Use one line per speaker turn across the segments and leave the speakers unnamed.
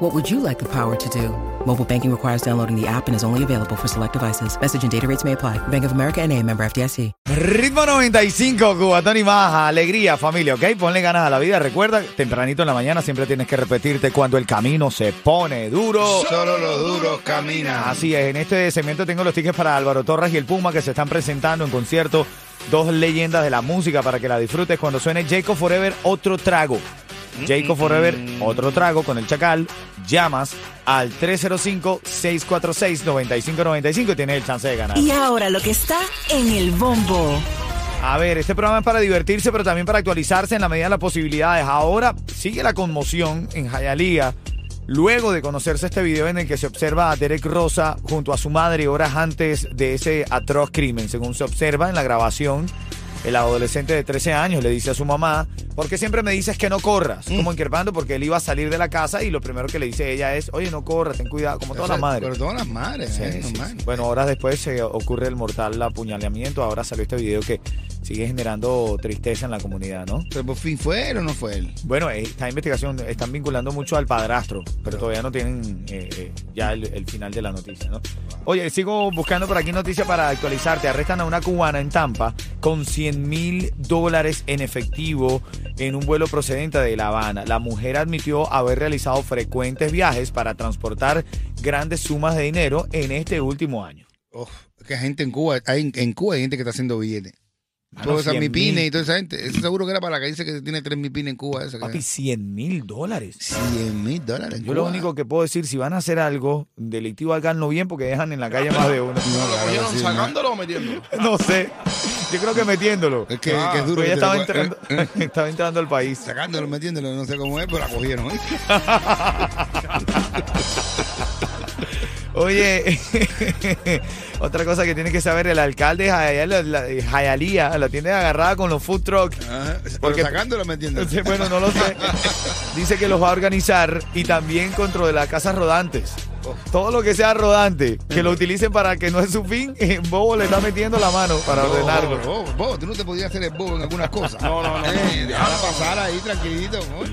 What would you like the power to do? Mobile banking requires downloading the app and is only available for select devices. Message and data rates may apply. Bank of America and a member FDIC.
Ritmo 95, Cubatón y Maja. Alegría, familia, ¿ok? Ponle ganas a la vida. Recuerda, tempranito en la mañana siempre tienes que repetirte cuando el camino se pone duro.
Solo los duros caminan.
Así es, en este segmento tengo los tickets para Álvaro Torres y el Puma que se están presentando en concierto. Dos leyendas de la música para que la disfrutes cuando suene Jacob Forever, otro trago.
Mm,
Jacob Forever, otro trago con el Chacal. Llamas al 305-646-9595 y tienes el chance de ganar.
Y ahora lo que está en el bombo.
A ver, este programa es para divertirse, pero también para actualizarse en la medida de las posibilidades. Ahora sigue la conmoción en Jayalía, luego de conocerse este video en el que se observa a Derek Rosa junto a su madre horas antes de ese atroz crimen. Según se observa en la grabación, el adolescente de 13 años le dice a su mamá, ¿por qué siempre me dices que no corras? Como inquirpando porque él iba a salir de la casa y lo primero que le dice ella es, oye, no corras, ten cuidado, como todas las madres.
Pero todas las madres, eh,
Sí,
es
sí,
normal.
sí. Bueno, horas después se ocurre el mortal apuñalamiento. Ahora salió este video que sigue generando tristeza en la comunidad, ¿no?
Pero por fin fue él o no fue él.
Bueno, eh, esta investigación están vinculando mucho al padrastro, pero todavía no tienen eh, eh, ya el, el final de la noticia, ¿no? Oye, sigo buscando por aquí noticias para actualizarte. Arrestan a una cubana en Tampa con 100 mil dólares en efectivo en un vuelo procedente de La Habana. La mujer admitió haber realizado frecuentes viajes para transportar grandes sumas de dinero en este último año.
Uf, que gente en Cuba, hay, en Cuba hay gente que está haciendo billetes.
Mano,
Todos esas
100.000.
mipines y toda esa gente. Eso seguro que era para la que dice que tiene tres mipines en Cuba. Esa,
Papi, 100 mil dólares.
100 mil dólares. en
Yo lo
Cuba.
único que puedo decir, si van a hacer algo delictivo, háganlo bien porque dejan en la calle más de uno.
No, claro, sí, no.
sacándolo o metiéndolo?
No sé. Yo creo que metiéndolo.
Es que, que es
Pero
duro. que
ya
te lo
estaba
pueda-
entrando,
eh, eh,
estaba entrando al país.
sacándolo, metiéndolo, no sé cómo es, pero la cogieron. ¿eh?
Oye, otra cosa que tiene que saber el alcalde de Jayalía, la, la- Jayalía, la tiene agarrada con los food trucks.
Ajá, pero
Porque-
sacándolo, metiéndolo.
Entonces, Bueno, no lo sé. Dice que los va a organizar y también contra de las casas rodantes. Todo lo que sea rodante, que lo utilicen para que no es su fin, Bobo le está metiendo la mano para
Bobo,
ordenarlo.
Bobo, bobo, tú no te podías hacer el bobo en algunas cosas.
No, no, no.
Eh, déjalo pasar ahí tranquilito. coño.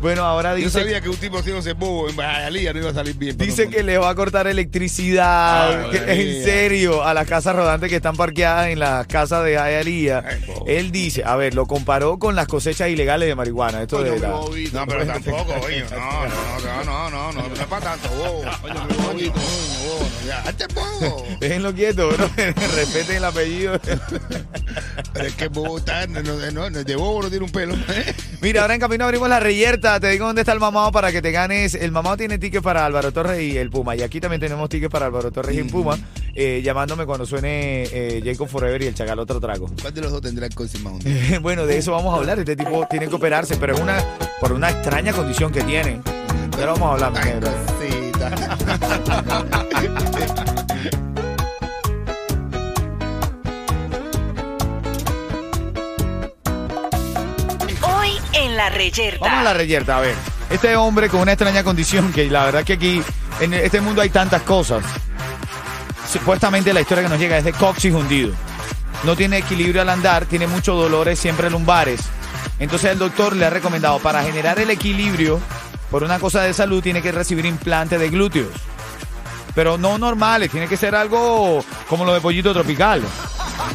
Bueno, ahora
Yo
dice,
sabía que un tipo haciéndose bobo en Jayalía no iba a salir bien. para
dice
todo
que
el mundo.
le va a cortar electricidad,
Ay,
que-
madre
en
mía.
serio, a las casas rodantes que están parqueadas en las casas de Jayalía.
Ay, bobo.
Él dice, a ver, lo comparó con las cosechas ilegales de marihuana. Esto de la-
No, pero tampoco, oye. No, no, no, no, no, no, no es para tanto, bobo. Oye, mi bobito, coño, bobo, no, ya, este es bobo.
Déjenlo quieto, bro. Respeten el apellido.
Pero es que bobo está, no, no, no, de bobo no tiene un pelo.
Mira, ahora en camino abrimos la reyerta. Te digo dónde está el mamado para que te ganes. El mamado tiene tickets para Álvaro Torres y el Puma. Y aquí también tenemos tickets para Álvaro Torres y el Puma. Eh, llamándome cuando suene eh, Jacob Forever y el Chacal otro trago.
¿Cuál de los dos tendrá el coche más hundido?
Eh, Bueno, de eso vamos a hablar. Este tipo tiene que operarse, pero es una por una extraña condición que tiene. Ya lo vamos a hablar, mi
Ay,
negro.
cosita.
Hoy en la reyerta.
Vamos a la reyerta, a ver. Este hombre con una extraña condición que la verdad que aquí, en este mundo hay tantas cosas. Supuestamente la historia que nos llega es de coxis hundido. No tiene equilibrio al andar, tiene muchos dolores siempre lumbares. Entonces el doctor le ha recomendado para generar el equilibrio por una cosa de salud tiene que recibir implante de glúteos. Pero no normales, tiene que ser algo como lo de pollito tropical.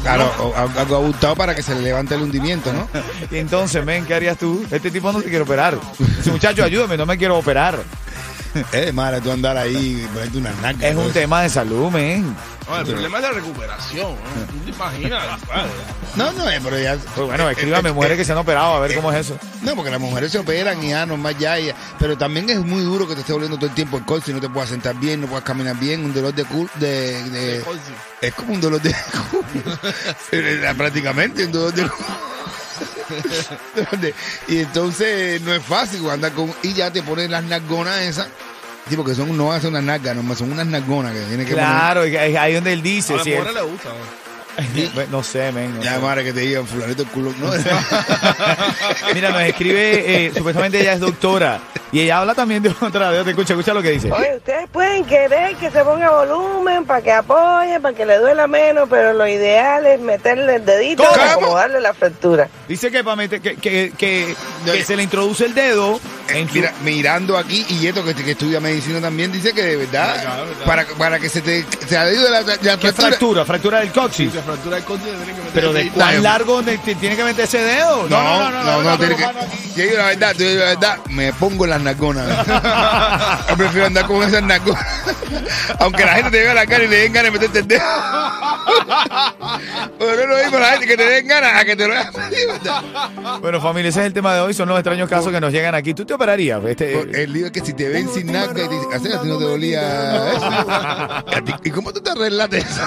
Claro, o- algo algo abultado para que se le levante el hundimiento, ¿no?
Y entonces, men, ¿qué harías tú? Este tipo no se quiere operar. Dice, Muchacho, ayúdame, no me quiero operar.
Es mala Eh, tú andar ahí y ponerte una naca.
Es
todo
un
eso.
tema de salud, men.
No, Ah, el problema es la recuperación.
Ah.
¿no? ¿Tú te imaginas? padre?
No, no, eh, pero ya.
Pues bueno, escríbame mujeres que se han operado, a ver cómo es eso.
No, porque las mujeres se operan y ya, nomás ya, ya. Pero también es muy duro que te esté volviendo todo el tiempo el coche y no te puedas sentar bien, no puedas caminar bien, un dolor de culo. De, de- es como un dolor de culo. Prácticamente un dolor de culo. y entonces no es fácil pues, andar con. Y ya te ponen las nargonas esas. Sí, porque son, no hacen unas nalgas, nomás son unas nargonas que tienes que
Claro, y ahí ahí donde él dice,
A las
si él-
mujeres les gusta. ¿no?
Bueno, No sé, men. no
poner. Ya,
sé.
madre, que te digan, fulanito el culo. No,
Mira, nos escribe, eh, supuestamente ella es doctora. Y ella habla también de otra, de otra. Escucha, escucha lo que dice.
Oye, ustedes pueden querer que se ponga volumen para que apoye, para que le duela menos, pero lo ideal es meterle el dedito
¿Cómo?
para acomodarle la fractura.
Dice que, pa' meter- que, que, que-
No,
que
yo-
se le introduce el dedo en su-
Mira, mirando aquí, y esto que, que estudia medicina también dice que de verdad,
Claro, claro.
Para, para que se te que se ayude la, la
¿Qué fractura? ¿Fractura del
Si
coxis?
se fractura el coche, tiene que meter
Pero
el
de
dedito.
cuán largo ne- te- tiene que meter ese dedo.
No, no, no, no,
la verdad,
tiene que.
pero mano, aquí-
Yo digo la verdad, yo digo la verdad, me pongo las narconas. yo prefiero andar con esas narconas. Aunque la gente te vea la cara y le den ganas de meterte el dedo. Pero no es lo mismo la gente que te den ganas a que te lo hagan.
Bueno, familia, ese es el tema de hoy. Son los extraños casos que nos llegan aquí. ¿Tú te operarías? Este,
El lío es que si te ven sin narco y te dicen, "Acera, si no te dolía eso. ¿A ti- ¿Y cómo tú te arreglaste eso?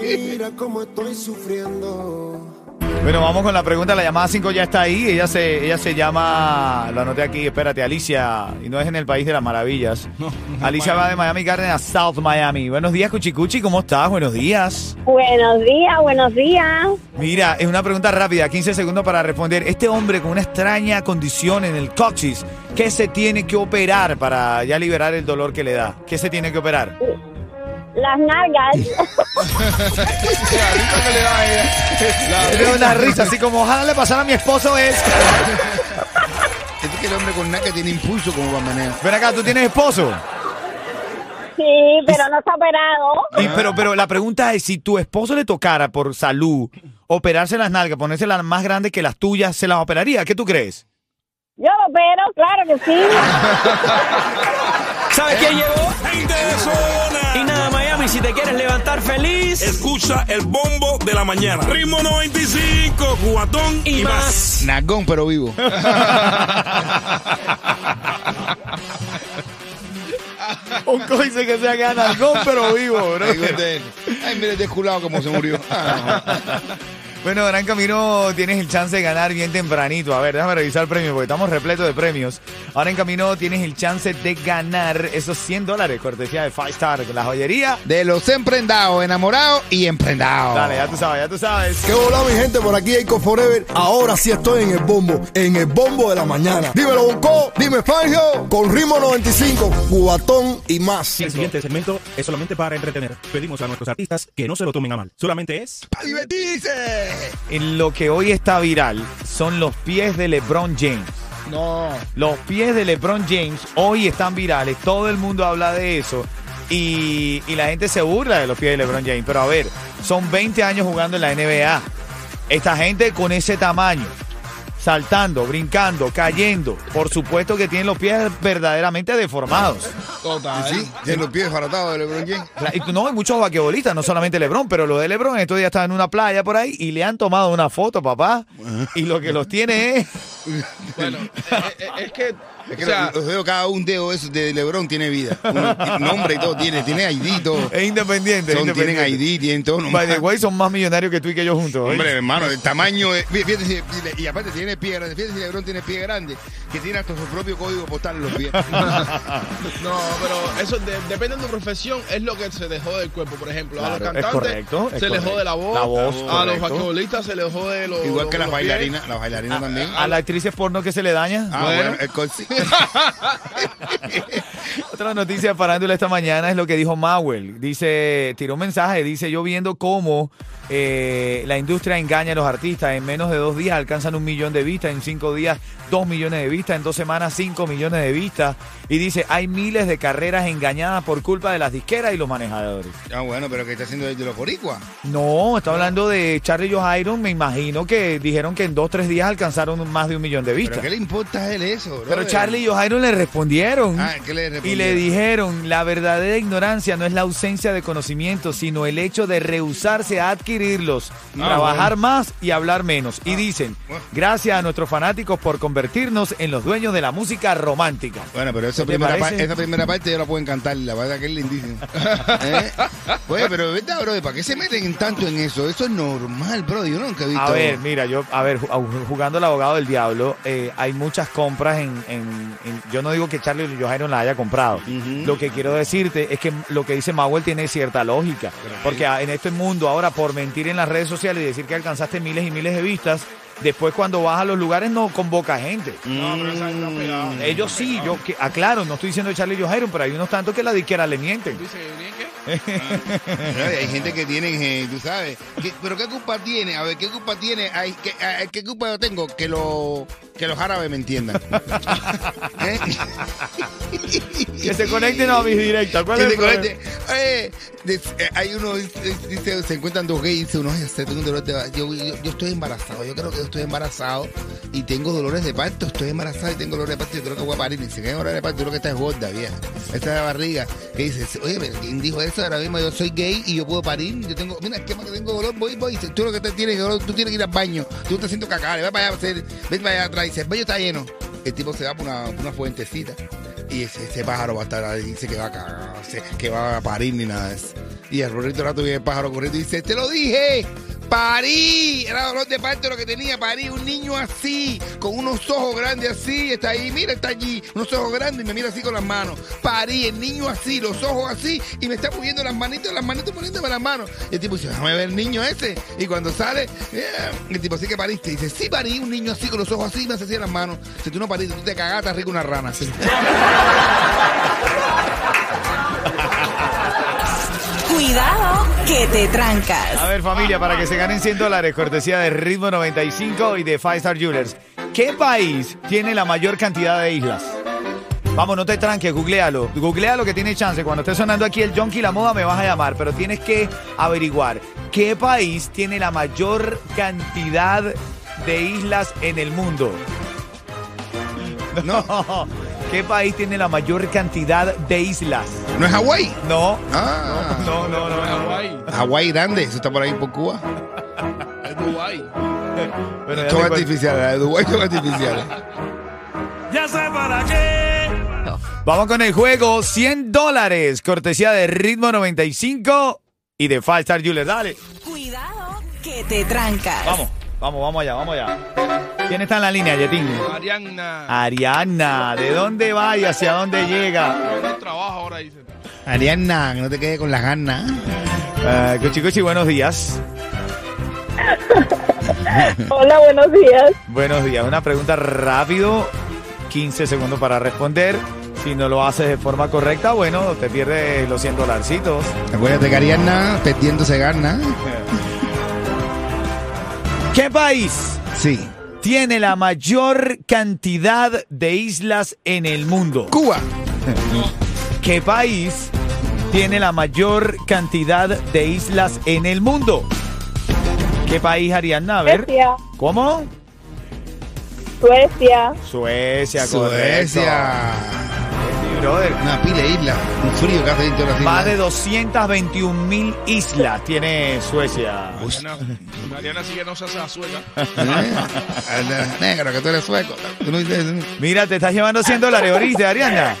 Mira cómo estoy sufriendo.
Bueno, vamos con la pregunta. La llamada 5 ya está ahí. Ella se, ella se llama, lo anoté aquí, espérate, Alicia. Y no es en el país de las maravillas. Alicia va de Miami Garden a South Miami. Buenos días, Cuchicuchi. ¿Cómo estás? Buenos días.
Buenos días, buenos días.
Mira, es una pregunta rápida, 15 segundos para responder. Este hombre con una extraña condición en el coxis, ¿qué se tiene que operar para ya liberar el dolor que le da? ¿Qué se tiene que operar?
Las nalgas.
Tiene una risa así como, ojalá le pasara a mi esposo eso.
Es que el hombre con naca tiene impulso como para manejar.
Ven acá, ¿tú tienes esposo?
Sí, pero no está operado.
Y, pero, pero la pregunta es, si tu esposo le tocara por salud operarse las nalgas, ponerse las más grandes que las tuyas, ¿se las operaría? ¿Qué tú crees?
Yo lo opero, claro que sí.
¿Sabes quién llegó? ¡Gente de zona! Y nada, Miami, si te quieres levantar feliz. Escucha el bombo de la mañana. Ritmo 95, cubatón y, más.
Nagón, pero vivo.
Un coice que sea ganagón, pero vivo, bro.
Ahí va de él. Ay, mira el desculado como se murió. Ah, no.
Bueno, Gran Camino, tienes el chance de ganar bien tempranito. A ver, déjame revisar el premio porque estamos repletos de premios. Ahora en Camino tienes el chance de ganar esos 100 dólares, cortesía de Five Star, la joyería.
De los emprendados, enamorados y emprendados.
Dale, ya tú sabes, ya tú sabes.
¿Qué hola mi gente? Por aquí Eiko Forever. Ahora sí estoy en el bombo, en el bombo de la mañana. Dímelo, Bonco, dime Fangio, con ritmo 95, cubatón y más.
El siguiente segmento es solamente para entretener. Pedimos a nuestros artistas que no se lo tomen a mal. Solamente es.
¡Pa' divertirse!
En lo que hoy está viral son los pies de LeBron James.
No.
Los pies de LeBron James hoy están virales, todo el mundo habla de eso y, y la gente se burla de los pies de LeBron James. Pero a ver, son 20 años jugando en la NBA. Esta gente con ese tamaño, saltando, brincando, cayendo, por supuesto que tienen los pies verdaderamente deformados.
Total. Sí, de los pies desbaratados de LeBron James.
La- y No, hay muchos basquetbolistas, no solamente LeBron, pero lo de LeBron estos días estaba en una playa por ahí y le han tomado una foto, papá. Y lo que los tiene es...
Bueno, eh, eh, es que.
Es que
o sea,
los dedos, cada un dedo eso de LeBron tiene vida. Un nombre y todo tiene. Tiene ID y todo.
Es independiente.
Son, tienen
independiente.
ID, tienen todo.
By the way, son más millonarios que tú y que yo juntos. ¿oíste?
Hombre, hermano, el tamaño es- fí- Fíjate, si- y aparte tiene pie grande. Fíjate si LeBron tiene pie grande, que tiene hasta su propio código postal en los pies.
no, pero eso de- depende de tu profesión, es lo que se dejó del cuerpo. Por ejemplo, a los
Claro, es
cantantes
correcto, es
se les
correcto.
jode la voz.
La voz,
a los
correcto.
basquetbolistas se les jode los.
Igual que las
los- los pies.
bailarinas, las
Ah,
bailarinas también.
A las actrices porno que se le daña.
Ah,
Bueno.
bueno, el corsi.
Otra noticia de farándula esta mañana es lo que dijo Mauel. Dice, tiró un mensaje, dice, yo viendo cómo eh, la industria engaña a los artistas. En menos de dos días alcanzan un millón de vistas, en cinco días dos millones de vistas, en dos semanas cinco millones de vistas. Y dice, hay miles de carreras engañadas por culpa de las disqueras y los manejadores.
Ah, bueno, pero ¿qué está haciendo el de los boricuas?
No, está hablando de Charlie Iron. Me imagino que dijeron que en dos, tres días alcanzaron más de un millón de vistas.
¿Pero qué le importa a él eso, bro?
Pero Charlie y Ojairo le respondieron.
Ah, ¿qué le
y
respondieron?
le dijeron, la verdadera ignorancia no es la ausencia de conocimiento, sino el hecho de rehusarse a adquirirlos,
Ah,
trabajar más y hablar menos. Y dicen,
bueno.
gracias a nuestros fanáticos por convertirnos en los dueños de la música romántica.
Bueno, pero esa
¿Qué te
primera, pa-
parece?
esa primera parte yo la puedo encantar, la verdad que es lindísima. ¿Eh? Oye, pero de verdad, bro, ¿para qué se meten tanto en eso? Eso es normal, bro. Yo nunca he visto. Mm.
A ver, mira, yo, a ver, ju- jugando al abogado del diablo, eh, hay muchas compras en, en- en- Yo no digo que Charlie Johairon la haya comprado. Lo que quiero decirte es que lo que dice Mauel tiene cierta lógica. Porque a- en este mundo, ahora, por mentir en las redes sociales y decir que alcanzaste miles y miles de vistas, después cuando vas a los lugares no convoca gente.
No, pero esa está pegada.
Ellos sí, yo que- aclaro, no estoy diciendo Charlie Johairon, pero hay unos tantos que la disquera le mienten.
Dice que bien que.
Ay, Hay gente que tiene, eh, tú sabes. ¿Qué- ¿Pero qué culpa tiene? A ver, ¿qué culpa tiene? Ay, ¿qué, a- ¿Qué culpa yo tengo? Que, lo, que los árabes me entiendan. ¿Eh?
Que se conecten a mis directas. ¿Cuál
Que
es
te
el problema?
conecte. Eh, des- eh, hay uno, eh, dice, se encuentran dos gays y dice uno, "Ay, se tengo un dolor de ba- yo, yo, yo estoy embarazado, yo creo que yo estoy embarazado y tengo dolores de parto, estoy embarazado y tengo dolores de parto, yo creo que voy a parir. Y dice, ¿qué dolores de parto? Yo creo que estás gorda, vieja. Esta es la barriga. Que dice, oye, pero ¿quién dijo eso? Ahora mismo yo soy gay y yo puedo parir, yo tengo, mira, es que más que tengo dolor, voy, voy. Dice, tú lo que te tienes dolor, tú tienes que ir al baño, tú estás haciendo cacar, ve para allá, hacer- ven para allá atrás, dice, el baño está lleno. El tipo se va por una, por una fuentecita y ese, ese pájaro va a estar ahí, dice que va a cagar, no sé, que va a parir ni nada de eso. Y al ratito rato viene el pájaro corriendo y dice, te lo dije, parí, era dolor de parto lo que tenía, parí, un niño así, con unos ojos grandes así, está ahí, mira, está allí, unos ojos grandes y me mira así con las manos, parí, el niño así, los ojos así, y me está moviendo las manitas, las manitas poniéndome las manos. Y el tipo dice, déjame ver el niño ese. Y cuando sale, eh, el tipo, sí que pariste. Y dice, sí parí, un niño así, con los ojos así, me hace así en las manos. Si tú no pariste, tú te cagaste rico una rana. así.
Cuidado que te trancas.
A ver, familia, para que se ganen 100 dólares, cortesía de Ritmo 95 y de Five Star Jewelers. ¿Qué país tiene la mayor cantidad de islas? Vamos, no te tranques, googlealo. Googlealo que tiene chance. Cuando esté sonando aquí el Jonky La Moda, me vas a llamar, pero tienes que averiguar qué país tiene la mayor cantidad de islas en el mundo. No. ¿Qué país tiene la mayor cantidad de islas?
¿No es Hawái?
No.
Ah,
No, no, no, no.
Hawái.
Hawái grande, eso está por ahí por Cuba.
Es Dubái.
Bueno, ya te
Son
cuento.
artificiales, la de Dubái son artificiales.
Ya sé para qué.
Vamos con el juego, 100 dólares, cortesía de Ritmo 95 y de Five Star Jewelers. Dale,
Cuidado que te trancas.
vamos, vamos, vamos allá, vamos allá. ¿Quién está en la línea, Yetín?
Ariana.
Ariana, ¿de dónde va y hacia dónde llega?
No trabajo ahora, dice.
Ariana, que no te quedes con las ganas.
Eh, cuchi, cuchi, buenos días.
Hola, buenos días.
Buenos días. Una pregunta rápido, 15 segundos para responder. Si no lo haces de forma correcta, bueno, te pierdes los 100 dolarcitos.
Acuérdate que Ariana, perdiéndose gana.
¿Qué país
Sí.
tiene la mayor cantidad de islas en el mundo?
Cuba.
¿Qué país tiene la mayor cantidad de islas en el mundo? ¿Qué país, Ariadna? A ver.
Suecia,
¿Cómo?
Suecia.
Suecia, correcto.
Suecia.
Sí, brother.
Una pila de isla. Un frío que hace dentro de las
Más de
islas.
221 mil islas tiene Suecia.
Ariana, Ariana sí que no se hace la sueca.
¿Eh? Negro, que tú eres sueco. Tú no dices eso.
Mira, te estás llevando 100 dólares, ¿oíste, Ariadna?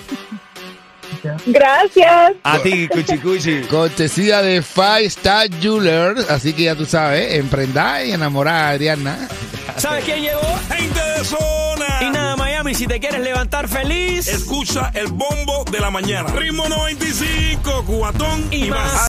Gracias.
A ti, cuchi cuchi.
Cortesía de Five Star Jewelers. Así que ya tú sabes, emprendá y enamorá a Ariana.
¿Sabes quién llegó? Gente de zona. Y nada, Miami, si te quieres levantar feliz, escucha el bombo de la mañana. Ritmo 95, cuatón y, más.